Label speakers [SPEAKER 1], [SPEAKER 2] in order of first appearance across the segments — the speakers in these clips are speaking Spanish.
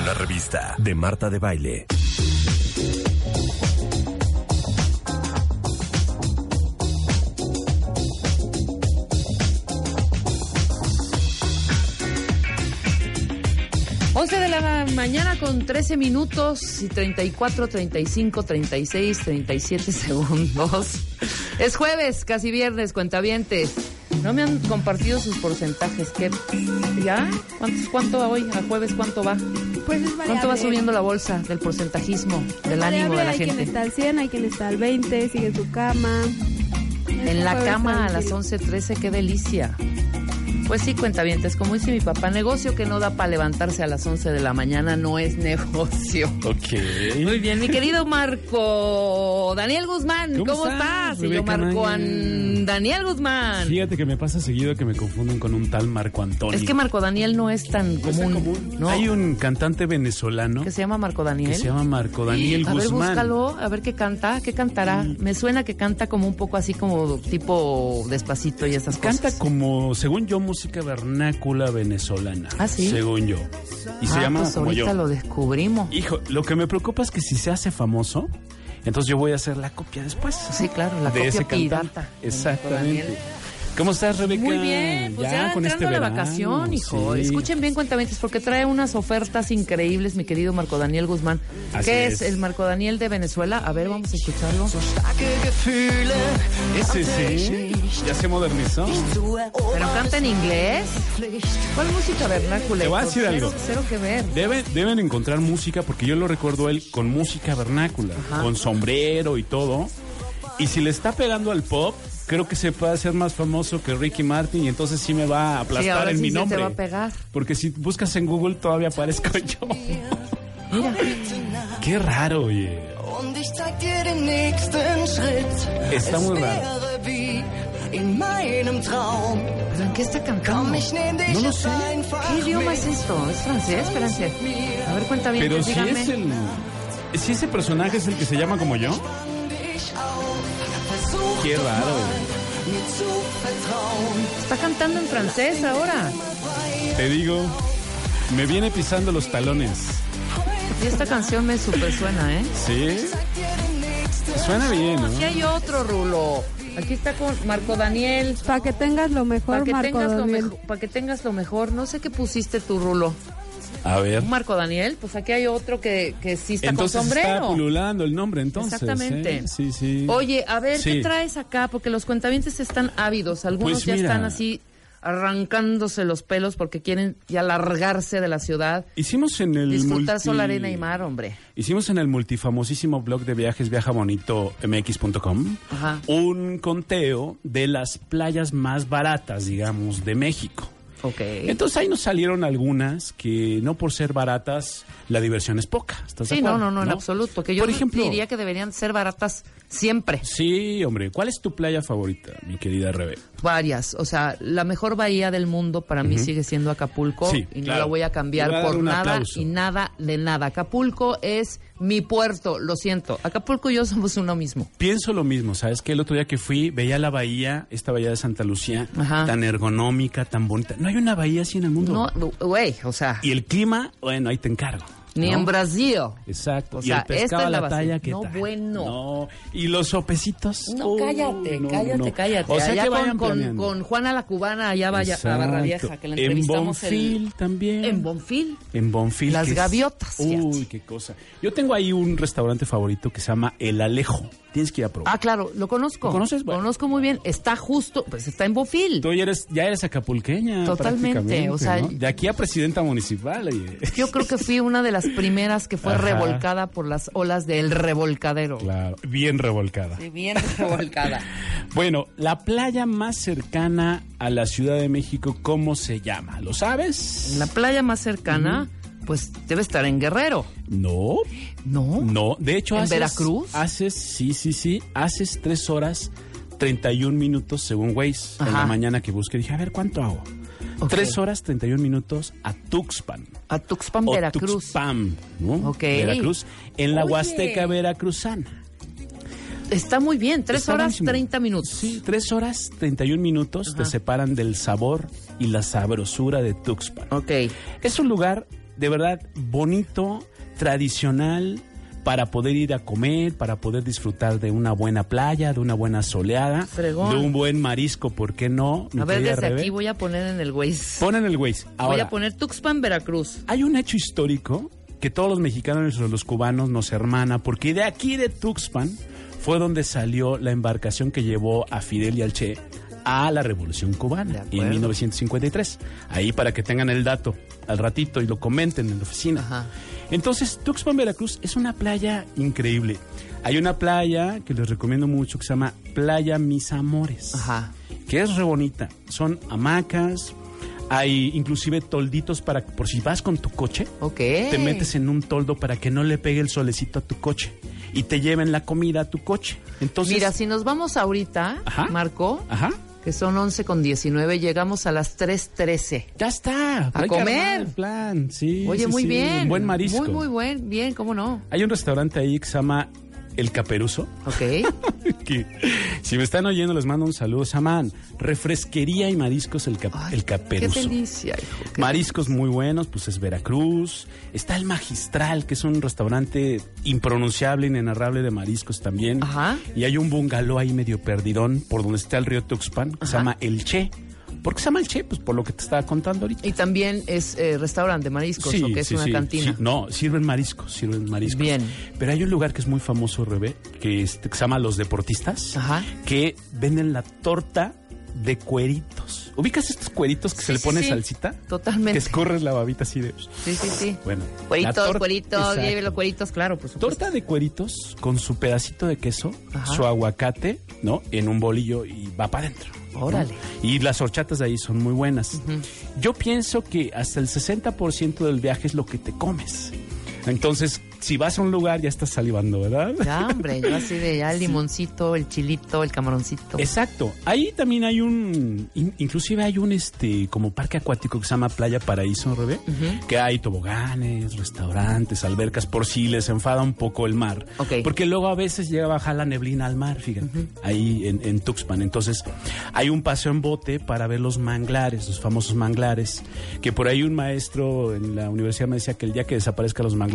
[SPEAKER 1] Una revista de Marta de Baile.
[SPEAKER 2] Once de la mañana con 13 minutos y 34, 35, 36, 37 segundos. Es jueves, casi viernes, cuentavientes. No me han compartido sus porcentajes. ¿Qué? ¿Ya? ¿Cuántos- ¿Cuánto va hoy? ¿A jueves cuánto va?
[SPEAKER 3] Pues es variable.
[SPEAKER 2] ¿Cuánto va subiendo la bolsa del porcentajismo,
[SPEAKER 3] Es
[SPEAKER 2] del ánimo
[SPEAKER 3] variable,
[SPEAKER 2] de la
[SPEAKER 3] hay quien está
[SPEAKER 2] gente?
[SPEAKER 3] al 100, hay quien está al 20, sigue en su cama.
[SPEAKER 2] En la
[SPEAKER 3] Jueves
[SPEAKER 2] cama a las
[SPEAKER 3] tranquilo.
[SPEAKER 2] 11.13, qué delicia. Pues sí, cuentavientes, como dice mi papá, negocio que no da para levantarse a las 11 de la mañana no es negocio.
[SPEAKER 4] Ok.
[SPEAKER 2] Muy bien, mi querido Marco Daniel Guzmán, ¿cómo,
[SPEAKER 4] ¿Cómo
[SPEAKER 2] estás?
[SPEAKER 4] estás,
[SPEAKER 2] Y yo,
[SPEAKER 4] Rebeca
[SPEAKER 2] Marco
[SPEAKER 4] Anaya?
[SPEAKER 2] An- Daniel Guzmán.
[SPEAKER 4] Fíjate que me pasa seguido que me confunden con un tal Marco Antonio.
[SPEAKER 2] Es que Marco Daniel no es tan
[SPEAKER 4] No es
[SPEAKER 2] común.
[SPEAKER 4] tan
[SPEAKER 2] ¿no?
[SPEAKER 4] Hay un cantante venezolano
[SPEAKER 2] que se llama Marco Daniel.
[SPEAKER 4] que se llama Marco Daniel
[SPEAKER 2] a ver,
[SPEAKER 4] Guzmán. Mm.
[SPEAKER 2] búscalo, a ver qué canta, qué cantará. Me suena que canta como un poco así como tipo despacito y esas
[SPEAKER 4] Canta
[SPEAKER 2] cosas.
[SPEAKER 4] como, según yo, música vernácula venezolana.
[SPEAKER 2] Ah, ¿sí?
[SPEAKER 4] Según yo. Y se
[SPEAKER 2] Ah,
[SPEAKER 4] llama
[SPEAKER 2] pues
[SPEAKER 4] como
[SPEAKER 2] ahorita
[SPEAKER 4] yo.
[SPEAKER 2] lo descubrimos.
[SPEAKER 4] Hijo, lo que me preocupa es que si se hace famoso, entonces yo voy a hacer la copia después.
[SPEAKER 2] Sí, claro, la
[SPEAKER 4] de
[SPEAKER 2] copia
[SPEAKER 4] ese
[SPEAKER 2] pirata
[SPEAKER 4] cantante.
[SPEAKER 2] de Marco
[SPEAKER 4] Exactamente.
[SPEAKER 2] Daniel.
[SPEAKER 4] ¿Cómo estás, Rebeca?
[SPEAKER 2] Muy bien, pues ya,
[SPEAKER 4] con este
[SPEAKER 2] entrando a la
[SPEAKER 4] verano,
[SPEAKER 2] vacación, hijo.
[SPEAKER 4] sí.
[SPEAKER 2] Escuchen bien cuentamientos porque trae unas ofertas increíbles, mi querido Marco Daniel Guzmán.
[SPEAKER 4] Así
[SPEAKER 2] ¿Qué es.
[SPEAKER 4] es.
[SPEAKER 2] el Marco Daniel de Venezuela? A ver, vamos a escucharlo.
[SPEAKER 4] Ese sí, ya se modernizó.
[SPEAKER 2] Pero canta en inglés. ¿Cuál música vernácula?
[SPEAKER 4] Te voy a
[SPEAKER 2] hijo?
[SPEAKER 4] decir
[SPEAKER 2] Cero-
[SPEAKER 4] algo.
[SPEAKER 2] Cero que ver.
[SPEAKER 4] Deben, deben encontrar música, porque yo lo recuerdo a él con música vernácula,
[SPEAKER 2] Ajá.
[SPEAKER 4] con sombrero y todo. Y si le está pegando al pop, creo que se puede hacer más famoso que Ricky Martin y entonces sí me va a aplastar
[SPEAKER 2] Sí, ahora
[SPEAKER 4] en
[SPEAKER 2] sí
[SPEAKER 4] mi
[SPEAKER 2] se te
[SPEAKER 4] nombre.
[SPEAKER 2] va a pegar.
[SPEAKER 4] Porque si buscas en Google todavía aparezco yo. Qué raro, oye.
[SPEAKER 5] Und ich zeig dir den nächsten Schritt.
[SPEAKER 4] Está
[SPEAKER 5] es
[SPEAKER 4] muy raro.
[SPEAKER 5] wäre wie in meinem Traum.
[SPEAKER 2] ¿Pero en qué está cantando?
[SPEAKER 5] Komm, ich nehm dich
[SPEAKER 4] No lo
[SPEAKER 5] jetzt
[SPEAKER 4] sé.
[SPEAKER 5] einfach
[SPEAKER 2] ¿Qué idioma
[SPEAKER 5] mit.
[SPEAKER 2] es esto? ¿Es francés? Espérense. A ver, cuenta bien.
[SPEAKER 4] Pero si
[SPEAKER 2] dígame.
[SPEAKER 4] es el. Si ese personaje es el que se llama como yo,
[SPEAKER 5] Dich auf. Versuch
[SPEAKER 4] qué raro.
[SPEAKER 5] mir zu vertrauen.
[SPEAKER 2] Está cantando en francés ahora.
[SPEAKER 4] Te digo, me viene pisando los talones.
[SPEAKER 2] Y esta canción me super suena, ¿eh?
[SPEAKER 4] ¿Sí?
[SPEAKER 5] Zeig dir den nächsten
[SPEAKER 4] Suena bien, ¿no?
[SPEAKER 2] Aquí hay otro, Rulo. Aquí está con Marco Daniel.
[SPEAKER 3] Para que tengas lo
[SPEAKER 2] Para
[SPEAKER 3] mejor,
[SPEAKER 2] que,
[SPEAKER 3] Marco
[SPEAKER 2] tengas lo
[SPEAKER 3] Daniel.
[SPEAKER 2] mejo- para que tengas lo mejor, no sé qué pusiste tu rulo.
[SPEAKER 4] A ver.
[SPEAKER 2] Un Marco Daniel, pues aquí hay otro que, que sí está
[SPEAKER 4] Entonces
[SPEAKER 2] con sombrero.
[SPEAKER 4] está pululando el nombre, entonces.
[SPEAKER 2] Exactamente.
[SPEAKER 4] ¿eh? Sí, sí.
[SPEAKER 2] Oye, a ver, ¿qué
[SPEAKER 4] Sí.
[SPEAKER 2] traes acá? Porque los cuentavientes están ávidos. Algunos
[SPEAKER 4] Pues
[SPEAKER 2] ya
[SPEAKER 4] mira.
[SPEAKER 2] están así arrancándose los pelos porque quieren ya largarse de la ciudad,
[SPEAKER 4] Hicimos en el.
[SPEAKER 2] disfrutar
[SPEAKER 4] multi-
[SPEAKER 2] sol, arena y mar, hombre.
[SPEAKER 4] Hicimos en el multifamosísimo blog de viajes viajabonito.mx.com
[SPEAKER 2] Ajá.
[SPEAKER 4] un conteo de las playas más baratas, digamos, de México.
[SPEAKER 2] Ok.
[SPEAKER 4] Entonces ahí nos salieron algunas que no por ser baratas la diversión es poca. ¿Estás de
[SPEAKER 2] Sí, no,
[SPEAKER 4] acuerdo?
[SPEAKER 2] no, no, en absoluto. Porque yo
[SPEAKER 4] por ejemplo,
[SPEAKER 2] diría que deberían ser baratas siempre.
[SPEAKER 4] Sí, hombre, ¿cuál es tu playa favorita, mi querida Rebe?
[SPEAKER 2] Varias, o sea, la mejor bahía del mundo para mí sigue siendo Acapulco
[SPEAKER 4] Sí,
[SPEAKER 2] y no
[SPEAKER 4] claro.
[SPEAKER 2] la voy a cambiar
[SPEAKER 4] Le voy a dar
[SPEAKER 2] por
[SPEAKER 4] un
[SPEAKER 2] nada
[SPEAKER 4] aplauso.
[SPEAKER 2] y nada de nada. Acapulco es mi puerto, lo siento. Acapulco y yo somos uno mismo.
[SPEAKER 4] Pienso lo mismo, ¿sabes? Que el otro día que fui, veía la bahía, esta bahía de Santa Lucía,
[SPEAKER 2] Ajá.
[SPEAKER 4] tan ergonómica, tan bonita. No hay una bahía así en el mundo.
[SPEAKER 2] No, güey, o sea,
[SPEAKER 4] Y el clima, bueno, ahí te encargo.
[SPEAKER 2] ni
[SPEAKER 4] ¿no?
[SPEAKER 2] en Brasil.
[SPEAKER 4] Exacto.
[SPEAKER 2] O
[SPEAKER 4] y
[SPEAKER 2] sea,
[SPEAKER 4] el pescado
[SPEAKER 2] esta es la
[SPEAKER 4] a la,
[SPEAKER 2] base.
[SPEAKER 4] talla que
[SPEAKER 2] No,
[SPEAKER 4] tal?
[SPEAKER 2] bueno.
[SPEAKER 4] No. Y los sopecitos.
[SPEAKER 2] No,
[SPEAKER 4] Uy,
[SPEAKER 2] cállate,
[SPEAKER 4] Oh, no,
[SPEAKER 2] cállate,
[SPEAKER 4] no.
[SPEAKER 2] cállate.
[SPEAKER 4] O sea
[SPEAKER 2] allá
[SPEAKER 4] que
[SPEAKER 2] con-
[SPEAKER 4] vayan
[SPEAKER 2] con,
[SPEAKER 4] planeando.
[SPEAKER 2] con Juana la Cubana, allá vaya a Barra
[SPEAKER 4] Exacto.
[SPEAKER 2] Vieja, que la
[SPEAKER 4] En
[SPEAKER 2] entrevistamos el-
[SPEAKER 4] Bonfil también.
[SPEAKER 2] en Bonfil.
[SPEAKER 4] En Bonfil.
[SPEAKER 2] Las
[SPEAKER 4] que es-
[SPEAKER 2] gaviotas,
[SPEAKER 4] Uy,
[SPEAKER 2] fíjate.
[SPEAKER 4] qué cosa. Yo tengo ahí un restaurante favorito que se llama El Alejo. Tienes que ir a probar.
[SPEAKER 2] Ah, claro, lo conozco.
[SPEAKER 4] ¿Lo conoces? Bueno.
[SPEAKER 2] Conozco muy bien. Está justo, pues está en Bonfil.
[SPEAKER 4] Tú ya eres, ya eres acapulqueña.
[SPEAKER 2] Totalmente,
[SPEAKER 4] prácticamente,
[SPEAKER 2] o sea,
[SPEAKER 4] ¿no? De aquí a presidenta municipal, oye.
[SPEAKER 2] Yo creo que fui una de las primeras que fue
[SPEAKER 4] Ajá.
[SPEAKER 2] revolcada por las olas del revolcadero.
[SPEAKER 4] Claro, bien revolcada.
[SPEAKER 2] Sí, bien revolcada.
[SPEAKER 4] Bueno, la playa más cercana a la Ciudad de México, ¿cómo se llama? ¿Lo sabes?
[SPEAKER 2] La playa más cercana, pues debe estar en Guerrero.
[SPEAKER 4] No,
[SPEAKER 2] No.
[SPEAKER 4] no. De hecho,
[SPEAKER 2] ¿En
[SPEAKER 4] haces,
[SPEAKER 2] Veracruz?
[SPEAKER 4] Haces, sí, sí, sí. Haces tres horas 31 minutos según Waze. En
[SPEAKER 2] Ajá.
[SPEAKER 4] la mañana que busqué dije, a ver, ¿cuánto hago?
[SPEAKER 2] Ok.
[SPEAKER 4] Tres horas 31 minutos a Tuxpan.
[SPEAKER 2] A Tuxpan,
[SPEAKER 4] o
[SPEAKER 2] Veracruz.
[SPEAKER 4] Tuxpan, ¿no?
[SPEAKER 2] Ok.
[SPEAKER 4] Veracruz. En la Huasteca Veracruzana.
[SPEAKER 2] Está muy bien, tres
[SPEAKER 4] Está
[SPEAKER 2] horas
[SPEAKER 4] buenísimo.
[SPEAKER 2] treinta minutos.
[SPEAKER 4] Sí, tres horas 31 minutos te
[SPEAKER 2] Ajá.
[SPEAKER 4] separan del sabor y la sabrosura de Tuxpan.
[SPEAKER 2] Ok.
[SPEAKER 4] Es un lugar de verdad bonito, tradicional, para poder ir a comer, para poder disfrutar de una buena playa, de una buena soleada,
[SPEAKER 2] Fregón.
[SPEAKER 4] de un buen marisco, ¿por qué no? mi
[SPEAKER 2] A ver,
[SPEAKER 4] querida
[SPEAKER 2] desde
[SPEAKER 4] Rebe?
[SPEAKER 2] aquí voy a poner en el Waze.
[SPEAKER 4] Pon en el Waze.
[SPEAKER 2] Voy
[SPEAKER 4] Ahora,
[SPEAKER 2] a poner Tuxpan, Veracruz.
[SPEAKER 4] hay un hecho histórico que todos los mexicanos y los cubanos nos hermana, porque de aquí de Tuxpan fue donde salió la embarcación que llevó a Fidel y al Che a la Revolución
[SPEAKER 2] De
[SPEAKER 4] Cubana
[SPEAKER 2] acuerdo.
[SPEAKER 4] en 1953. Ahí para que tengan el dato al ratito y lo comenten en la oficina.
[SPEAKER 2] Ajá.
[SPEAKER 4] Entonces, Tuxpan, Veracruz es una playa increíble. Hay una playa que les recomiendo mucho que se llama Playa Mis Amores
[SPEAKER 2] Ajá.
[SPEAKER 4] que es re bonita. Son hamacas, hay inclusive tolditos para por si vas con tu coche,
[SPEAKER 2] Ok.
[SPEAKER 4] te metes en un toldo para que no le pegue el solecito a tu coche y te lleven la comida a tu coche. Entonces,
[SPEAKER 2] Mira, si nos vamos ahorita,
[SPEAKER 4] Ajá. Ah.
[SPEAKER 2] Marco,
[SPEAKER 4] ajá,
[SPEAKER 2] que son 11 con 19, llegamos a las 3.13.
[SPEAKER 4] ya está,
[SPEAKER 2] A
[SPEAKER 4] hay que
[SPEAKER 2] comer.
[SPEAKER 4] armar el plan, sí.
[SPEAKER 2] Oye,
[SPEAKER 4] sí,
[SPEAKER 2] muy
[SPEAKER 4] sí,
[SPEAKER 2] bien.
[SPEAKER 4] Buen marisco.
[SPEAKER 2] Muy, muy buen, bien, ¿cómo no?
[SPEAKER 4] Hay un restaurante ahí que se llama El Caperuso.
[SPEAKER 2] Ok.
[SPEAKER 4] que si me están oyendo les mando un saludo. Se llaman Refresquería y Mariscos El, Cap-
[SPEAKER 2] Ay,
[SPEAKER 4] el Caperuso.
[SPEAKER 2] Qué delicia, hijo. qué-
[SPEAKER 4] Mariscos muy buenos, pues es Veracruz. Está el Magistral, que es un restaurante impronunciable, inenarrable de mariscos también.
[SPEAKER 2] Ajá.
[SPEAKER 4] Y hay un bungalow ahí medio perdidón por donde está el río Tuxpan, que se
[SPEAKER 2] Ajá.
[SPEAKER 4] llama El Che. ¿Por qué se llama El Che? Pues por lo que te estaba contando ahorita.
[SPEAKER 2] Y también es eh, restaurante de mariscos, o que es una
[SPEAKER 4] sí,
[SPEAKER 2] cantina.
[SPEAKER 4] sí. no, sirven mariscos, sirven mariscos.
[SPEAKER 2] Bien.
[SPEAKER 4] Pero hay un lugar que es muy famoso, Rebe, que, este, que se llama Los Deportistas,
[SPEAKER 2] Ajá.
[SPEAKER 4] que venden la torta de cueritos. ¿Ubicas estos cueritos que
[SPEAKER 2] Sí,
[SPEAKER 4] se le
[SPEAKER 2] sí,
[SPEAKER 4] pone
[SPEAKER 2] sí.
[SPEAKER 4] salsita?
[SPEAKER 2] Totalmente.
[SPEAKER 4] Que escurres la babita así de...
[SPEAKER 2] Sí, sí, sí.
[SPEAKER 4] Bueno.
[SPEAKER 2] Cueritos,
[SPEAKER 4] la torta-
[SPEAKER 2] cueritos,
[SPEAKER 4] Exacto.
[SPEAKER 2] lleve los cueritos, claro, por supuesto.
[SPEAKER 4] Torta de cueritos con su pedacito de queso,
[SPEAKER 2] Ajá.
[SPEAKER 4] su aguacate, ¿no? En un bolillo y va para adentro. ¿no?
[SPEAKER 2] Órale.
[SPEAKER 4] Y las horchatas de ahí son muy buenas. Yo pienso que hasta el 60% del viaje es lo que te comes. Entonces, si vas a un lugar ya estás salivando, ¿verdad?
[SPEAKER 2] Ya, hombre, yo así de ya el limoncito, el chilito, el camaroncito.
[SPEAKER 4] Exacto. Ahí también hay un, in- inclusive hay un este como parque acuático que se llama Playa Paraíso, Rebe, que hay toboganes, restaurantes, albercas, por si les enfada un poco el mar.
[SPEAKER 2] Ok.
[SPEAKER 4] Porque luego a veces llega a bajar la neblina al mar, fíjate, ahí en, en Tuxpan. Entonces, hay un paseo en bote para ver los manglares, los famosos manglares, que por ahí un maestro en la universidad me decía que el día que desaparezcan los manglares,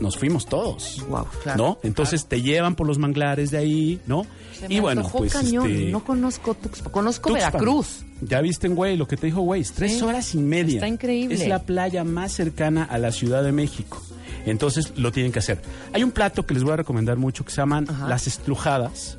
[SPEAKER 4] nos fuimos todos.
[SPEAKER 2] Guau, claro.
[SPEAKER 4] ¿No? Entonces te llevan por los manglares de ahí, ¿no?
[SPEAKER 2] Se me
[SPEAKER 4] y bueno,
[SPEAKER 2] antojó
[SPEAKER 4] pues
[SPEAKER 2] cañón,
[SPEAKER 4] este,
[SPEAKER 2] no conozco Tuxpan, conozco
[SPEAKER 4] Tuxpan.
[SPEAKER 2] Veracruz.
[SPEAKER 4] Ya viste en güey lo que te dijo güey, es tres
[SPEAKER 2] Sí.
[SPEAKER 4] horas y media.
[SPEAKER 2] Está increíble.
[SPEAKER 4] Es la playa más cercana a la Ciudad de México. Entonces lo tienen que hacer. Hay un plato que les voy a recomendar mucho que se llaman
[SPEAKER 2] Ajá.
[SPEAKER 4] las estrujadas.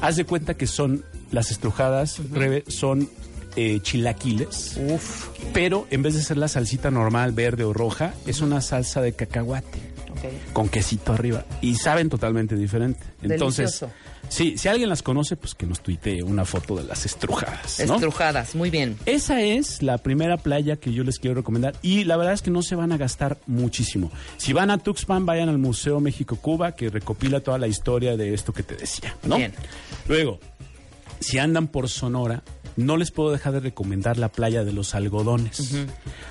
[SPEAKER 4] Haz de cuenta que son las estrujadas, Rebe, son eh, chilaquiles.
[SPEAKER 2] Uf,
[SPEAKER 4] Pero en vez de ser la salsita normal, verde o roja, es una salsa de cacahuate
[SPEAKER 2] ok.
[SPEAKER 4] con quesito arriba y saben totalmente diferente. Entonces,
[SPEAKER 2] Delicioso.
[SPEAKER 4] sí, si alguien las conoce, pues que nos tuitee una foto de las estrujadas, ¿no?
[SPEAKER 2] Estrujadas, muy bien.
[SPEAKER 4] Esa es la primera playa que yo les quiero recomendar y la verdad es que no se van a gastar muchísimo. Si van a Tuxpan, vayan al Museo México-Cuba que recopila toda la historia de esto que te decía, ¿no?
[SPEAKER 2] Bien.
[SPEAKER 4] Luego, si andan por Sonora, no les puedo dejar de recomendar la playa de los algodones.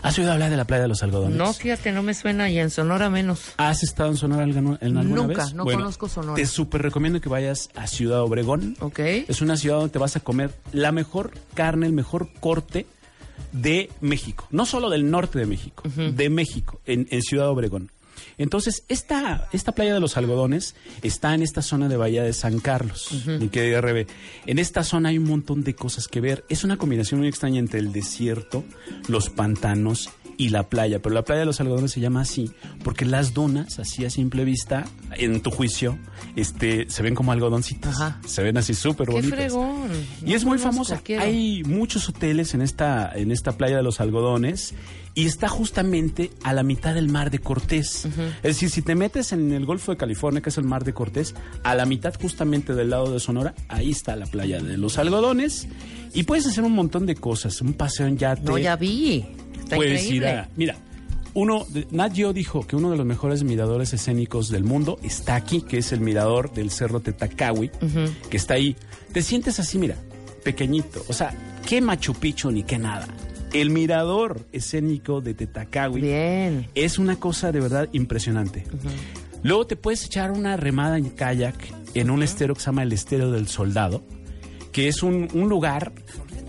[SPEAKER 4] ¿Has oído hablar de la playa de los algodones?
[SPEAKER 2] No, fíjate, no me suena y en Sonora menos.
[SPEAKER 4] ¿Has estado en Sonora algano- en alguna
[SPEAKER 2] Nunca,
[SPEAKER 4] vez?
[SPEAKER 2] no conozco Sonora.
[SPEAKER 4] Te súper recomiendo que vayas a Ciudad Obregón.
[SPEAKER 2] Ok.
[SPEAKER 4] Es una ciudad donde te vas a comer la mejor carne, el mejor corte de México. No solo del norte de México, de México, en, en Ciudad Obregón. Entonces, esta, esta playa de los algodones está en esta zona de Bahía de San Carlos, mi querida Rebe. En esta zona hay un montón de cosas que ver. Es una combinación muy extraña entre el desierto, los pantanos y la playa. Pero la playa de los algodones se llama así porque las dunas, así a simple vista, en tu juicio, este, se ven como algodoncitos.
[SPEAKER 2] Ajá.
[SPEAKER 4] Se ven así súper
[SPEAKER 2] Qué
[SPEAKER 4] bonitas.
[SPEAKER 2] fregón.
[SPEAKER 4] Y
[SPEAKER 2] No
[SPEAKER 4] es muy
[SPEAKER 2] conozco,
[SPEAKER 4] famosa.
[SPEAKER 2] quiero.
[SPEAKER 4] Hay muchos hoteles en esta, en esta playa de los algodones y está justamente a la mitad del mar de Cortés. Es decir, si te metes en el Golfo de California, que es el mar de Cortés, a la mitad justamente del lado de Sonora, ahí está la playa de los algodones y puedes hacer un montón de cosas, un paseo en yate.
[SPEAKER 2] No, ya vi. Está
[SPEAKER 4] puedes
[SPEAKER 2] increíble.
[SPEAKER 4] ir a... Mira, Uno, de- Nat Geo dijo que uno de los mejores miradores escénicos del mundo está aquí, que es el mirador del Cerro Tetacawi, que está ahí. Te sientes así, mira, pequeñito. O sea, qué Machu Picchu ni qué nada. El mirador escénico de Tetacawi
[SPEAKER 2] Bien.
[SPEAKER 4] es una cosa de verdad impresionante. Luego te puedes echar una remada en kayak en un estero que se llama el Estero del Soldado, que es un, un lugar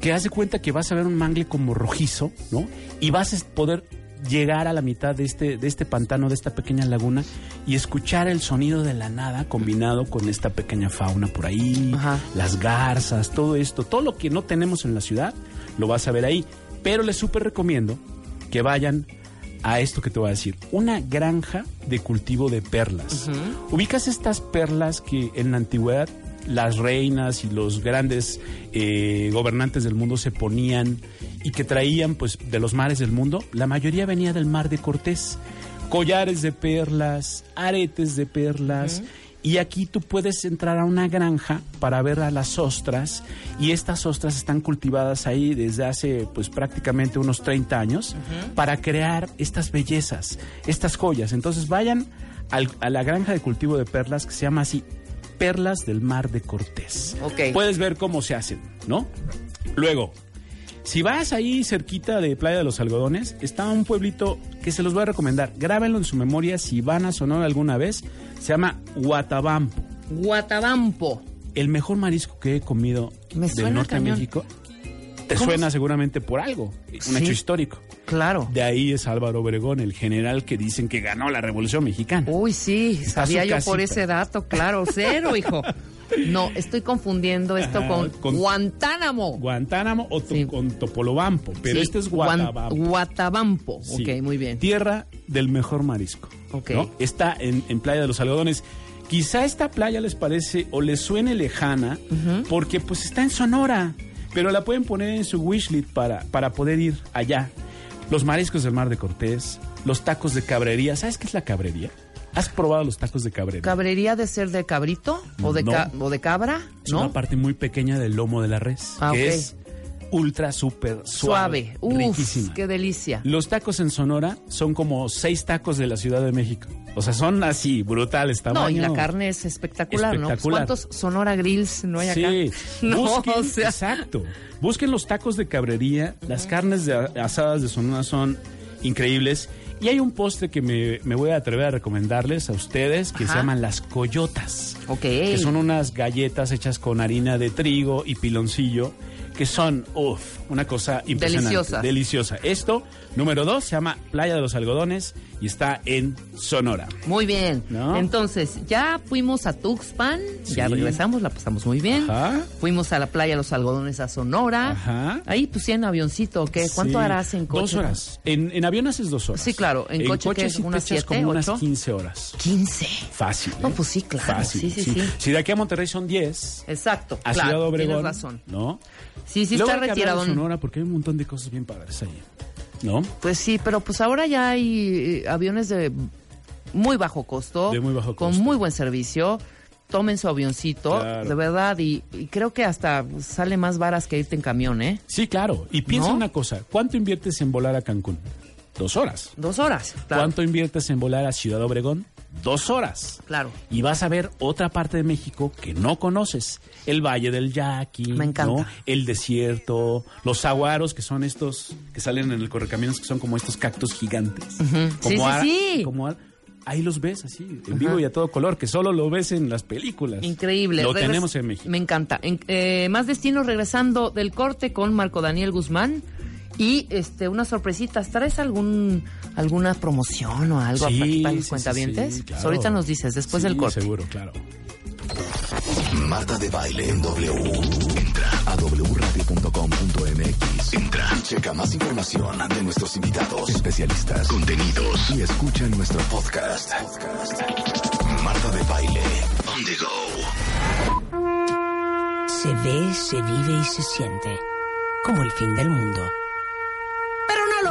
[SPEAKER 4] que hace cuenta que vas a ver un mangle como rojizo, ¿no? Y vas a poder llegar a la mitad de este, de este pantano, de esta pequeña laguna, y escuchar el sonido de la nada combinado con esta pequeña fauna por ahí,
[SPEAKER 2] Ajá.
[SPEAKER 4] las garzas, todo esto, todo lo que no tenemos en la ciudad, lo vas a ver ahí. Pero les súper recomiendo que vayan a esto que te voy a decir, una granja de cultivo de perlas. Ubicas estas perlas que en la antigüedad las reinas y los grandes eh, gobernantes del mundo se ponían y que traían pues de los mares del mundo, la mayoría venía del mar de Cortés. Collares de perlas, aretes de perlas. Y aquí tú puedes entrar a una granja para ver a las ostras y estas ostras están cultivadas ahí desde hace pues prácticamente unos 30 años para crear estas bellezas, estas joyas. Entonces vayan al- a la granja de cultivo de perlas que se llama así Perlas del Mar de Cortés.
[SPEAKER 2] Ok.
[SPEAKER 4] Puedes ver cómo se hacen, ¿no? Luego, si vas ahí cerquita de Playa de los Algodones, está un pueblito que se los voy a recomendar. Grábenlo en su memoria si van a Sonora alguna vez. Se llama Huatabampo.
[SPEAKER 2] Guatabampo.
[SPEAKER 4] El mejor marisco que he comido
[SPEAKER 2] Me suena
[SPEAKER 4] del norte de
[SPEAKER 2] cañón.
[SPEAKER 4] México. Te
[SPEAKER 2] ¿Cómo
[SPEAKER 4] suena
[SPEAKER 2] se-
[SPEAKER 4] seguramente por algo, un
[SPEAKER 2] Sí.
[SPEAKER 4] hecho histórico.
[SPEAKER 2] Claro.
[SPEAKER 4] De ahí es Álvaro Obregón, el general que dicen que ganó la Revolución Mexicana.
[SPEAKER 2] Uy, sí,
[SPEAKER 4] Está
[SPEAKER 2] sabía
[SPEAKER 4] su
[SPEAKER 2] yo por
[SPEAKER 4] casita.
[SPEAKER 2] ese dato, claro, cero, hijo. No, estoy confundiendo esto
[SPEAKER 4] Ajá,
[SPEAKER 2] con,
[SPEAKER 4] con-
[SPEAKER 2] Guantánamo.
[SPEAKER 4] Guantánamo o to-
[SPEAKER 2] Sí.
[SPEAKER 4] con Topolobampo, pero
[SPEAKER 2] Sí,
[SPEAKER 4] este es
[SPEAKER 2] Guan-
[SPEAKER 4] Guatabampo.
[SPEAKER 2] Guatabampo.
[SPEAKER 4] Sí.
[SPEAKER 2] Ok, muy bien.
[SPEAKER 4] Tierra del mejor marisco.
[SPEAKER 2] Ok.
[SPEAKER 4] ¿no? Está en, en Playa de los Algodones. Quizá esta playa les parece o les suene lejana porque pues está en Sonora, pero la pueden poner en su wishlist para, para poder ir allá. Los mariscos del Mar de Cortés, los tacos de cabrería. ¿Sabes qué es la cabrería? ¿Has probado los tacos de cabrería?
[SPEAKER 2] ¿Cabrería de ser de cabrito o de,
[SPEAKER 4] No.
[SPEAKER 2] ca- o de cabra?
[SPEAKER 4] es
[SPEAKER 2] ¿No?
[SPEAKER 4] una parte muy pequeña del lomo de la res,
[SPEAKER 2] Ah,
[SPEAKER 4] que
[SPEAKER 2] ok.
[SPEAKER 4] es ultra, súper suave,
[SPEAKER 2] Suave. Uf,
[SPEAKER 4] riquísima.
[SPEAKER 2] qué delicia.
[SPEAKER 4] Los tacos en Sonora son como seis tacos de la Ciudad de México. O sea, son así, brutales. Tamaño.
[SPEAKER 2] No, y la carne es espectacular, ¿no? Pues,
[SPEAKER 4] Espectacular.
[SPEAKER 2] ¿Cuántos Sonora Grills no hay acá?
[SPEAKER 4] Sí,
[SPEAKER 2] No,
[SPEAKER 4] busquen,
[SPEAKER 2] o sea,
[SPEAKER 4] exacto. Busquen los tacos de cabrería, las carnes de a- asadas de Sonora son increíbles. Y hay un postre que me, me voy a atrever a recomendarles a ustedes que se
[SPEAKER 2] Ajá.
[SPEAKER 4] llaman las coyotas.
[SPEAKER 2] Ok.
[SPEAKER 4] Que son unas galletas hechas con harina de trigo y piloncillo que son, uff, una cosa impresionante.
[SPEAKER 2] Deliciosas.
[SPEAKER 4] Deliciosa. Esto, número dos, se llama Playa de los Algodones y está en Sonora.
[SPEAKER 2] Muy bien.
[SPEAKER 4] ¿No?
[SPEAKER 2] Entonces, ya fuimos a Tuxpan, ya
[SPEAKER 4] Sí.
[SPEAKER 2] regresamos, la pasamos muy bien.
[SPEAKER 4] Ajá.
[SPEAKER 2] Fuimos a la playa Los Algodones a Sonora.
[SPEAKER 4] Ajá.
[SPEAKER 2] Ahí pusieron avioncito, ¿o Ah. ¿qué? ¿Cuánto
[SPEAKER 4] Sí.
[SPEAKER 2] harás en coche?
[SPEAKER 4] Dos horas. En, en avión haces dos horas.
[SPEAKER 2] Sí, claro. En coche, ¿qué?
[SPEAKER 4] sí te
[SPEAKER 2] ¿Unas
[SPEAKER 4] echas
[SPEAKER 2] siete,
[SPEAKER 4] como unas
[SPEAKER 2] ocho?
[SPEAKER 4] 15 horas.
[SPEAKER 2] 15.
[SPEAKER 4] Fácil.
[SPEAKER 2] No,
[SPEAKER 4] ¿eh?
[SPEAKER 2] pues sí, claro.
[SPEAKER 4] Fácil.
[SPEAKER 2] Sí, sí, sí.
[SPEAKER 4] Si de aquí a Monterrey son 10,
[SPEAKER 2] Exacto.
[SPEAKER 4] a
[SPEAKER 2] claro,
[SPEAKER 4] Ciudad Obregón.
[SPEAKER 2] Tienes razón.
[SPEAKER 4] ¿No?
[SPEAKER 2] Sí, sí, está
[SPEAKER 4] Luego hay que hablar de
[SPEAKER 2] retirado.
[SPEAKER 4] Sonora porque hay un montón de cosas bien padres ahí. ¿No?
[SPEAKER 2] Pues sí, pero pues ahora ya hay eh, aviones de muy bajo costo,
[SPEAKER 4] De muy bajo
[SPEAKER 2] con
[SPEAKER 4] costo.
[SPEAKER 2] muy buen servicio. Tomen su avioncito,
[SPEAKER 4] Claro.
[SPEAKER 2] de verdad, y, y creo que hasta sale más varas que irte en camión, ¿eh?
[SPEAKER 4] Sí, claro. Y piensa
[SPEAKER 2] ¿No?
[SPEAKER 4] una cosa. ¿Cuánto inviertes en volar a Cancún? Dos horas.
[SPEAKER 2] Dos horas. Claro.
[SPEAKER 4] ¿Cuánto inviertes en volar a Ciudad Obregón? Dos horas.
[SPEAKER 2] Claro.
[SPEAKER 4] Y vas a ver otra parte de México que no conoces. El Valle del Yaqui.
[SPEAKER 2] Me encanta.
[SPEAKER 4] ¿no? El desierto. Los aguaros, que son estos que salen en el correcaminos, que son como estos cactus gigantes.
[SPEAKER 2] Sí, sí,
[SPEAKER 4] ara-
[SPEAKER 2] sí.
[SPEAKER 4] Como ara- ahí los ves así, en vivo y a todo color, que solo lo ves en las películas.
[SPEAKER 2] Increíble.
[SPEAKER 4] Pues, Lo
[SPEAKER 2] Regres-
[SPEAKER 4] tenemos en México.
[SPEAKER 2] Me encanta. En- eh, más destinos regresando del corte con Marco Daniel Guzmán. Y este, unas sorpresitas. ¿Traes algún, alguna promoción o algo
[SPEAKER 4] Sí,
[SPEAKER 2] aquí para los
[SPEAKER 4] sí, sí,
[SPEAKER 2] cuentavientes?
[SPEAKER 4] sí, claro.
[SPEAKER 2] Pues ahorita nos dices, después
[SPEAKER 4] Sí,
[SPEAKER 2] del corte.
[SPEAKER 4] Seguro, claro.
[SPEAKER 6] Marta de Baile en W. Entra a wradio.com.mx. Entra. Checa más información de nuestros invitados, especialistas, contenidos y escucha nuestro podcast. Marta de Baile. On the go.
[SPEAKER 7] Se ve, se vive y se siente como el fin del mundo. Pero no lo no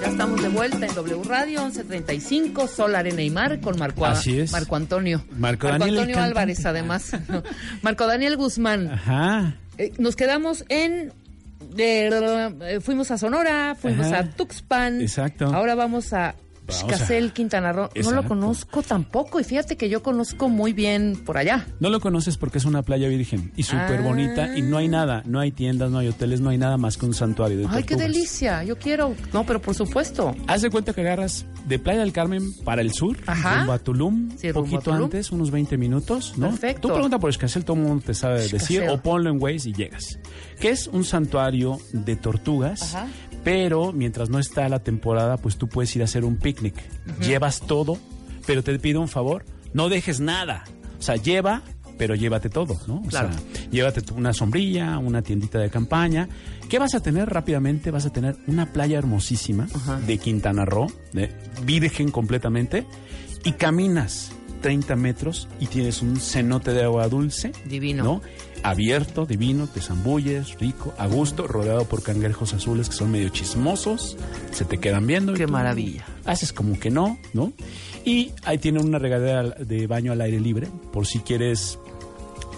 [SPEAKER 2] Ya estamos de vuelta en W Radio 1135, Sol, Arena y Mar, con Marco,
[SPEAKER 4] Así es.
[SPEAKER 2] Marco Antonio.
[SPEAKER 4] Marco Daniel, el
[SPEAKER 2] Antonio
[SPEAKER 4] cantante.
[SPEAKER 2] Álvarez, además. Marco Daniel Guzmán.
[SPEAKER 4] Ajá.
[SPEAKER 2] Eh, nos quedamos en... de- eh, fuimos a Sonora, fuimos
[SPEAKER 4] Ajá.
[SPEAKER 2] a Tuxpan.
[SPEAKER 4] Exacto.
[SPEAKER 2] Ahora vamos a...
[SPEAKER 4] Vamos a-
[SPEAKER 2] Casel, Quintana Roo. No lo
[SPEAKER 4] Exacto.
[SPEAKER 2] conozco tampoco y fíjate que yo conozco muy bien por allá.
[SPEAKER 4] No lo conoces porque es una playa virgen y súper
[SPEAKER 2] Ah.
[SPEAKER 4] bonita y no hay nada, no hay tiendas, no hay hoteles, no hay nada más que un santuario de
[SPEAKER 2] Ay, qué
[SPEAKER 4] tortugas.
[SPEAKER 2] delicia, yo quiero. No, pero por supuesto.
[SPEAKER 4] Haz de cuenta que agarras de Playa del Carmen para el sur,
[SPEAKER 2] Ajá.
[SPEAKER 4] rumbo a Tulum,
[SPEAKER 2] Sí, rumbo
[SPEAKER 4] poquito
[SPEAKER 2] a Tulum.
[SPEAKER 4] antes, unos 20 minutos, ¿no?
[SPEAKER 2] Perfecto.
[SPEAKER 4] Tú pregunta por Escasel, todo el mundo te sabe decir,
[SPEAKER 2] Escazú.
[SPEAKER 4] o ponlo en Waze y llegas. Que es un santuario de tortugas,
[SPEAKER 2] Ajá.
[SPEAKER 4] pero mientras no está la temporada, pues tú puedes ir a hacer un picnic. Llevas todo, pero te pido un favor, no dejes nada. O sea, lleva, pero llévate todo, ¿no? O
[SPEAKER 2] Claro.
[SPEAKER 4] sea, Llévate tú una sombrilla, una tiendita de campaña. ¿Qué vas a tener rápidamente? Vas a tener una playa hermosísima
[SPEAKER 2] Ajá.
[SPEAKER 4] de Quintana Roo, de- virgen completamente, y caminas 30 metros y tienes un cenote de agua dulce.
[SPEAKER 2] Divino.
[SPEAKER 4] ¿no? Abierto, divino, te zambulles, rico, a gusto, rodeado por cangrejos azules que son medio chismosos, se te quedan viendo. y
[SPEAKER 2] Qué
[SPEAKER 4] tú
[SPEAKER 2] maravilla.
[SPEAKER 4] Haces como que no, ¿no? Y ahí tiene una regadera de baño al aire libre, por si quieres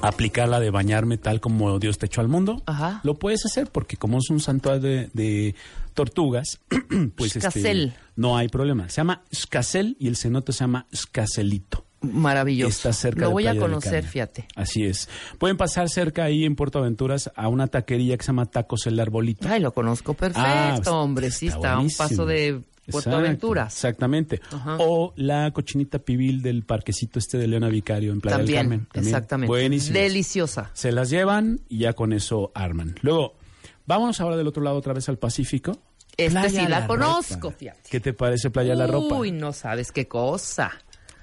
[SPEAKER 4] aplicarla de bañarme tal como Dios te echó al mundo,
[SPEAKER 2] Ajá.
[SPEAKER 4] lo puedes hacer porque como es un santuario de, de tortugas, pues
[SPEAKER 2] Xcacel.
[SPEAKER 4] este, no hay problema. Se llama Xcacel y el cenote se llama Xcacelito.
[SPEAKER 2] Maravilloso.
[SPEAKER 4] Está cerca
[SPEAKER 2] Lo
[SPEAKER 4] de
[SPEAKER 2] voy a
[SPEAKER 4] Playa del
[SPEAKER 2] conocer,
[SPEAKER 4] Carmen.
[SPEAKER 2] fíjate.
[SPEAKER 4] Así es. Pueden pasar cerca ahí en Puerto Aventuras a una taquería que se llama Tacos el Arbolito.
[SPEAKER 2] Ay, lo conozco perfecto,
[SPEAKER 4] Ah,
[SPEAKER 2] hombre. Sí, está a un
[SPEAKER 4] buenísimo.
[SPEAKER 2] paso de Puerto
[SPEAKER 4] Exacto,
[SPEAKER 2] Aventuras.
[SPEAKER 4] Exactamente.
[SPEAKER 2] Ajá.
[SPEAKER 4] O la cochinita pibil del parquecito este de Leona Vicario en Playa
[SPEAKER 2] También,
[SPEAKER 4] del Carmen. También.
[SPEAKER 2] exactamente.
[SPEAKER 4] Buenísimo.
[SPEAKER 2] Deliciosa.
[SPEAKER 4] Se las llevan y ya con eso arman. Luego, vámonos ahora del otro lado otra vez al Pacífico.
[SPEAKER 2] Esta
[SPEAKER 4] Playa
[SPEAKER 2] Este sí la
[SPEAKER 4] Ropa.
[SPEAKER 2] conozco, fíjate.
[SPEAKER 4] ¿Qué te parece Playa La Ropa?
[SPEAKER 2] Uy, no sabes qué cosa.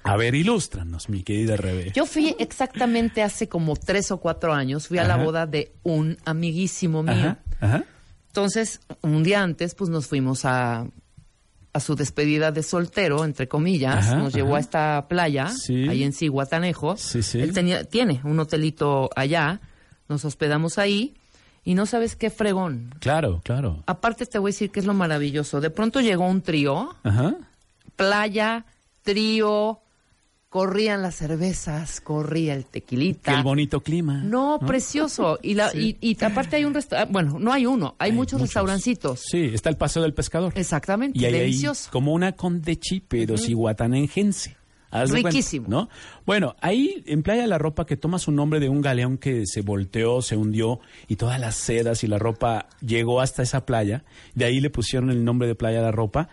[SPEAKER 4] A ver, ilústranos, mi querida Rebe.
[SPEAKER 2] Yo fui exactamente hace como tres o cuatro años, fui a la
[SPEAKER 4] Ajá.
[SPEAKER 2] boda de un amiguísimo mío.
[SPEAKER 4] Ajá, ajá.
[SPEAKER 2] Entonces, un día antes, pues nos fuimos a, a su despedida de soltero, entre comillas.
[SPEAKER 4] Ajá,
[SPEAKER 2] nos llevó
[SPEAKER 4] ajá.
[SPEAKER 2] a esta playa,
[SPEAKER 4] Sí.
[SPEAKER 2] ahí en Cihuatanejo.
[SPEAKER 4] Sí, sí.
[SPEAKER 2] Él tenía, tiene un hotelito allá. Nos hospedamos ahí. Y no sabes qué fregón.
[SPEAKER 4] Claro, claro.
[SPEAKER 2] Aparte, te voy a decir que es lo maravilloso. De pronto llegó un trío,
[SPEAKER 4] Ajá.
[SPEAKER 2] playa, trío, corrían las cervezas, corría el tequilita.
[SPEAKER 4] Que el bonito clima.
[SPEAKER 2] No, precioso. Y, la, y, y aparte hay un restaurante, bueno, no hay uno, hay,
[SPEAKER 4] Hay
[SPEAKER 2] muchos, restaurancitos.
[SPEAKER 4] Sí, está el Paseo del Pescador.
[SPEAKER 2] Exactamente,
[SPEAKER 4] Y ahí hay
[SPEAKER 2] delicioso.
[SPEAKER 4] como una condechi, pero cihuatanengense. Haz de cuenta,
[SPEAKER 2] Riquísimo.
[SPEAKER 4] ¿no? Bueno, ahí en Playa La Ropa que toma su nombre de un galeón que se volteó, se hundió y todas las sedas y la ropa llegó hasta esa playa. De ahí le pusieron el nombre de Playa La Ropa.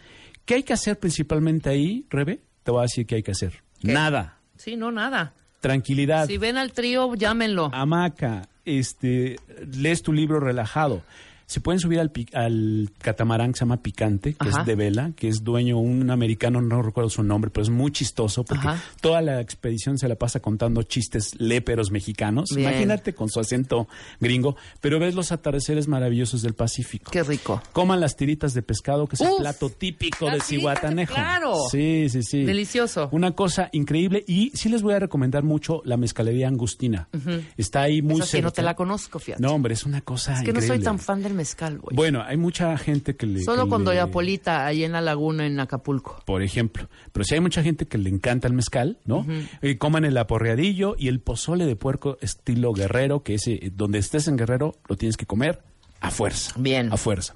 [SPEAKER 4] ¿Qué hay que hacer principalmente ahí, Rebe? Te voy a decir qué hay que hacer. Nada.
[SPEAKER 2] Sí, no, nada.
[SPEAKER 4] Tranquilidad.
[SPEAKER 2] Si ven al trío, llámenlo.
[SPEAKER 4] Ah. hamaca, este, lees tu libro relajado. Se pueden subir al, pi- al catamarán que se llama Picante, que
[SPEAKER 2] Ajá.
[SPEAKER 4] es de vela, que es dueño un americano, no recuerdo su nombre, pero es muy chistoso porque
[SPEAKER 2] Ajá.
[SPEAKER 4] toda la expedición se la pasa contando chistes léperos mexicanos.
[SPEAKER 2] Bien.
[SPEAKER 4] Imagínate con su acento gringo, pero ves los atardeceres maravillosos del Pacífico.
[SPEAKER 2] Qué rico.
[SPEAKER 4] Coman las tiritas de pescado, que es
[SPEAKER 2] Uf,
[SPEAKER 4] el plato típico de
[SPEAKER 2] las tiritas de-
[SPEAKER 4] Cihuatanejo.
[SPEAKER 2] claro.
[SPEAKER 4] Sí, sí, sí.
[SPEAKER 2] Delicioso.
[SPEAKER 4] Una cosa increíble. Y sí les voy a recomendar mucho la mezcalería Angustina. Está ahí muy
[SPEAKER 2] Esa sí no
[SPEAKER 4] cerca.
[SPEAKER 2] te la conozco, fíjate.
[SPEAKER 4] No, hombre, es una cosa
[SPEAKER 2] es que no soy
[SPEAKER 4] Ah, increíble.
[SPEAKER 2] tan fan del mezcal, güey.
[SPEAKER 4] Bueno, hay mucha gente que le...
[SPEAKER 2] Solo
[SPEAKER 4] que
[SPEAKER 2] con
[SPEAKER 4] le-
[SPEAKER 2] Doña Polita, ahí en la laguna, en Acapulco.
[SPEAKER 4] Por ejemplo. Pero sí hay mucha gente que le encanta el mezcal, ¿no? Eh, coman el aporreadillo y el pozole de puerco estilo guerrero, que ese, eh, donde estés en guerrero, lo tienes que comer a fuerza.
[SPEAKER 2] Bien.
[SPEAKER 4] A fuerza.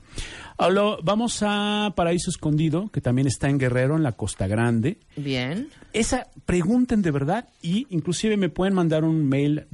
[SPEAKER 4] Hablo- vamos a Paraíso Escondido, que también está en Guerrero, en la Costa Grande.
[SPEAKER 2] Bien.
[SPEAKER 4] Esa pregunten de verdad y inclusive me pueden mandar un mail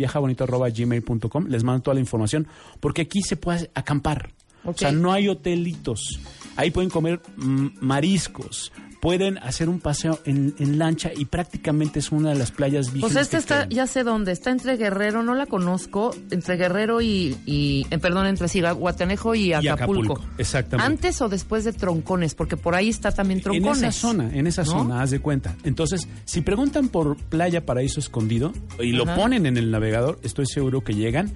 [SPEAKER 4] viajabonito@gmail.com. Les mando toda la información porque aquí se puede acampar.
[SPEAKER 2] Ok.
[SPEAKER 4] O sea, no hay hotelitos. Ahí pueden comer mm, mariscos, pueden hacer un paseo en, en lancha y prácticamente es una de las playas vírgenes.
[SPEAKER 2] Pues esta
[SPEAKER 4] que
[SPEAKER 2] está,
[SPEAKER 4] quedan.
[SPEAKER 2] ya sé dónde, está entre Guerrero, no la conozco, entre Guerrero y, y- eh, perdón, entre sí, Guatanejo y Acapulco.
[SPEAKER 4] Acapulco, exactamente.
[SPEAKER 2] Antes o después de Troncones, porque por ahí está también Troncones.
[SPEAKER 4] En esa zona, en esa
[SPEAKER 2] ¿no?
[SPEAKER 4] zona, haz de cuenta. Entonces, si preguntan por Playa Paraíso Escondido y lo
[SPEAKER 2] Ajá.
[SPEAKER 4] ponen en el navegador, estoy seguro que llegan.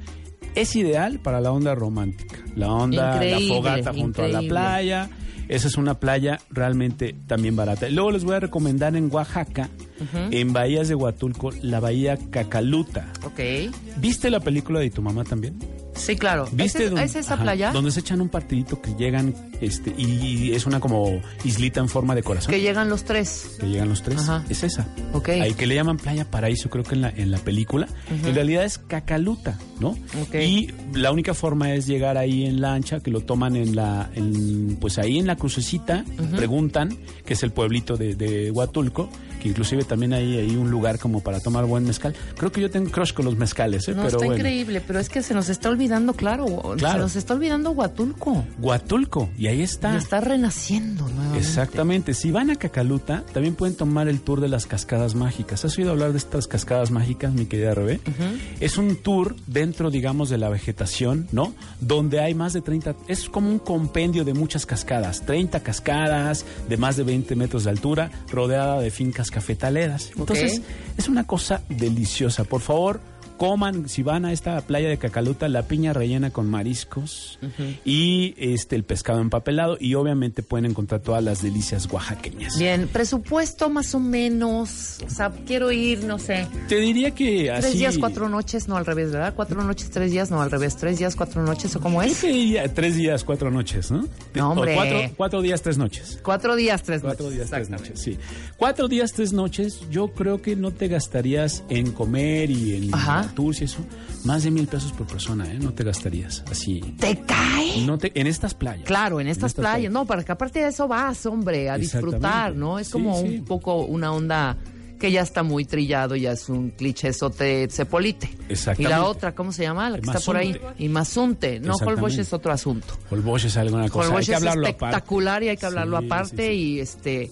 [SPEAKER 4] Es ideal para la onda romántica, la onda,
[SPEAKER 2] Increíble,
[SPEAKER 4] la fogata junto a la
[SPEAKER 2] increíble.
[SPEAKER 4] playa. Esa es una playa realmente también barata. Y Luego les voy a recomendar en Oaxaca, en Bahías de Huatulco, la Bahía Cacaluta.
[SPEAKER 2] Ok.
[SPEAKER 4] ¿Viste la película de tu mamá también?
[SPEAKER 2] Sí, claro.
[SPEAKER 4] ¿Viste?
[SPEAKER 2] ¿Ese-
[SPEAKER 4] dónde-
[SPEAKER 2] ¿Es esa
[SPEAKER 4] ajá,
[SPEAKER 2] playa?
[SPEAKER 4] Donde se echan un partidito que llegan este, y, y es una como islita en forma de corazón.
[SPEAKER 2] Que llegan los tres.
[SPEAKER 4] que llegan los tres.
[SPEAKER 2] Ajá.
[SPEAKER 4] Es esa.
[SPEAKER 2] Ok.
[SPEAKER 4] Ahí que le llaman Playa Paraíso, creo que en la, en la película. En realidad es Cacaluta, ¿no?
[SPEAKER 2] Ok.
[SPEAKER 4] Y la única forma es llegar ahí en lancha, que lo toman en la, en, pues ahí en la crucecita, preguntan, que es el pueblito de, de Huatulco, que inclusive también hay, ahí un lugar como para tomar buen mezcal. Creo que yo tengo crush con los mezcales, ¿eh?
[SPEAKER 2] No,
[SPEAKER 4] pero
[SPEAKER 2] está
[SPEAKER 4] bueno.
[SPEAKER 2] increíble, pero es que se nos está olvidando, claro, se
[SPEAKER 4] Claro.
[SPEAKER 2] nos está olvidando Huatulco.
[SPEAKER 4] Huatulco, y ahí
[SPEAKER 2] Y está renaciendo nuevamente.
[SPEAKER 4] Exactamente. Si van a Cacaluta, también pueden tomar el tour de las cascadas mágicas. ¿Has oído hablar de estas cascadas mágicas, mi querida Rebe? Es un tour dentro, digamos, de la vegetación, ¿no? Donde hay más de 30... Es como un compendio de muchas cascadas. 30 cascadas de más de 20 metros de altura, rodeada de fincas cafetaleras. Entonces,
[SPEAKER 2] Ok.
[SPEAKER 4] es una cosa deliciosa. Por favor, coman, si van a esta playa de Cacaluta, la piña rellena con mariscos y este el pescado empapelado. Y obviamente pueden encontrar todas las delicias oaxaqueñas.
[SPEAKER 2] Bien, presupuesto más o menos, o sea, quiero ir, no sé,
[SPEAKER 4] Te diría que así...
[SPEAKER 2] tres días, cuatro noches, no al revés, ¿verdad? Cuatro noches, tres días, no al revés, tres días, cuatro noches, ¿o cómo
[SPEAKER 4] Yo
[SPEAKER 2] es?
[SPEAKER 4] te diría tres días, cuatro noches, ¿no?
[SPEAKER 2] No,
[SPEAKER 4] O
[SPEAKER 2] hombre.
[SPEAKER 4] cuatro, cuatro días, tres noches.
[SPEAKER 2] Cuatro días, tres
[SPEAKER 4] Cuatro
[SPEAKER 2] noches.
[SPEAKER 4] días, tres
[SPEAKER 2] exactamente.
[SPEAKER 4] noches, sí. Cuatro días, tres noches, yo creo que no te gastarías en comer y en
[SPEAKER 2] Ajá.
[SPEAKER 4] tours y eso. Más de mil pesos por persona, ¿eh? No te gastarías así.
[SPEAKER 2] ¿Te cae?
[SPEAKER 4] No te- en estas playas.
[SPEAKER 2] Claro, en estas playas, no, para que aparte de eso vas, hombre, a disfrutar,
[SPEAKER 4] Exactamente.
[SPEAKER 2] ¿no? Es
[SPEAKER 4] Sí,
[SPEAKER 2] como
[SPEAKER 4] sí.
[SPEAKER 2] un poco una onda que ya está muy trillado, ya es un cliché sote cepolite.
[SPEAKER 4] Exactamente.
[SPEAKER 2] Y la otra, ¿cómo se llama? La que está por ahí.
[SPEAKER 4] Mazunte.
[SPEAKER 2] Y Mazunte, no
[SPEAKER 4] Exactamente.
[SPEAKER 2] Holbox es otro asunto.
[SPEAKER 4] Holbox es alguna cosa.
[SPEAKER 2] Holbox
[SPEAKER 4] hay que
[SPEAKER 2] es
[SPEAKER 4] hablarlo
[SPEAKER 2] espectacular
[SPEAKER 4] aparte.
[SPEAKER 2] y hay que hablarlo
[SPEAKER 4] Sí,
[SPEAKER 2] aparte
[SPEAKER 4] sí, sí.
[SPEAKER 2] y este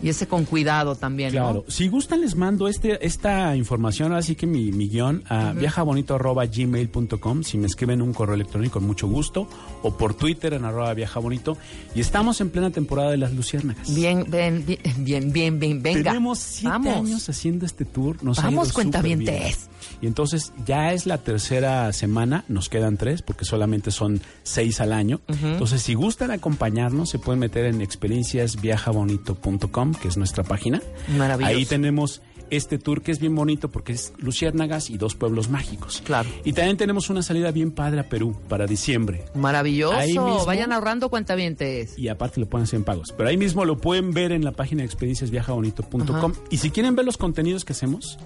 [SPEAKER 2] y ese con cuidado también, ¿no?
[SPEAKER 4] Claro. Si gustan, les mando este, esta información, así que mi, mi guión a viajabonito.gmail.com. Si me escriben un correo electrónico, con mucho gusto. O por Twitter en arroba viajabonito. Y estamos en plena temporada de las luciérnagas.
[SPEAKER 2] Bien, bien, bien, bien, bien, bien, venga.
[SPEAKER 4] Tenemos siete
[SPEAKER 2] Vamos.
[SPEAKER 4] años haciendo este tour. Nos ha
[SPEAKER 2] Vamos,
[SPEAKER 4] ido súper bien.
[SPEAKER 2] cuentavientes.
[SPEAKER 4] Y entonces ya es la tercera semana, nos quedan tres, porque solamente son seis al año. Entonces, si gustan acompañarnos, se pueden meter en experienciasviajabonito.com, que es nuestra página.
[SPEAKER 2] Maravilloso.
[SPEAKER 4] Ahí tenemos este tour que es bien bonito porque es Luciérnagas y dos pueblos mágicos.
[SPEAKER 2] Claro.
[SPEAKER 4] Y también tenemos una salida bien padre a Perú para diciembre. Ahí
[SPEAKER 2] Maravilloso.
[SPEAKER 4] mismo.
[SPEAKER 2] Vayan ahorrando cuentavientes.
[SPEAKER 4] Y aparte lo pueden hacer en pagos. Pero ahí mismo lo pueden ver en la página de experienciasviajabonito.com. Y si quieren ver los contenidos que hacemos,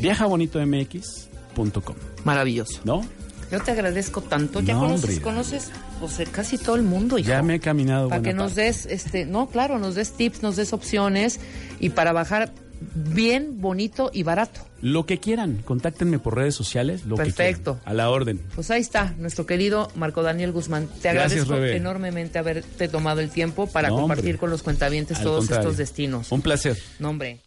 [SPEAKER 4] viajabonitomx.com,
[SPEAKER 2] Maravilloso.
[SPEAKER 4] ¿no?
[SPEAKER 2] Yo te agradezco tanto. Ya
[SPEAKER 4] No,
[SPEAKER 2] conoces,
[SPEAKER 4] hombre.
[SPEAKER 2] conoces pues, eh, casi todo el mundo, hijo.
[SPEAKER 4] Ya me he caminado.
[SPEAKER 2] Para que
[SPEAKER 4] buena
[SPEAKER 2] nos
[SPEAKER 4] parte.
[SPEAKER 2] des, este, no, claro, nos des tips, nos des opciones y para bajar bien, bonito y barato.
[SPEAKER 4] Lo que quieran, contáctenme por redes sociales. Lo que
[SPEAKER 2] Perfecto.
[SPEAKER 4] quieran, a la orden.
[SPEAKER 2] Pues ahí está, nuestro querido Marco Daniel Guzmán. Te
[SPEAKER 4] Gracias,
[SPEAKER 2] agradezco
[SPEAKER 4] Rebe.
[SPEAKER 2] enormemente haberte tomado el tiempo para
[SPEAKER 4] No, hombre.
[SPEAKER 2] compartir con los cuentavientes
[SPEAKER 4] Al
[SPEAKER 2] todos
[SPEAKER 4] contrario.
[SPEAKER 2] estos destinos.
[SPEAKER 4] Un placer.
[SPEAKER 2] Nombre.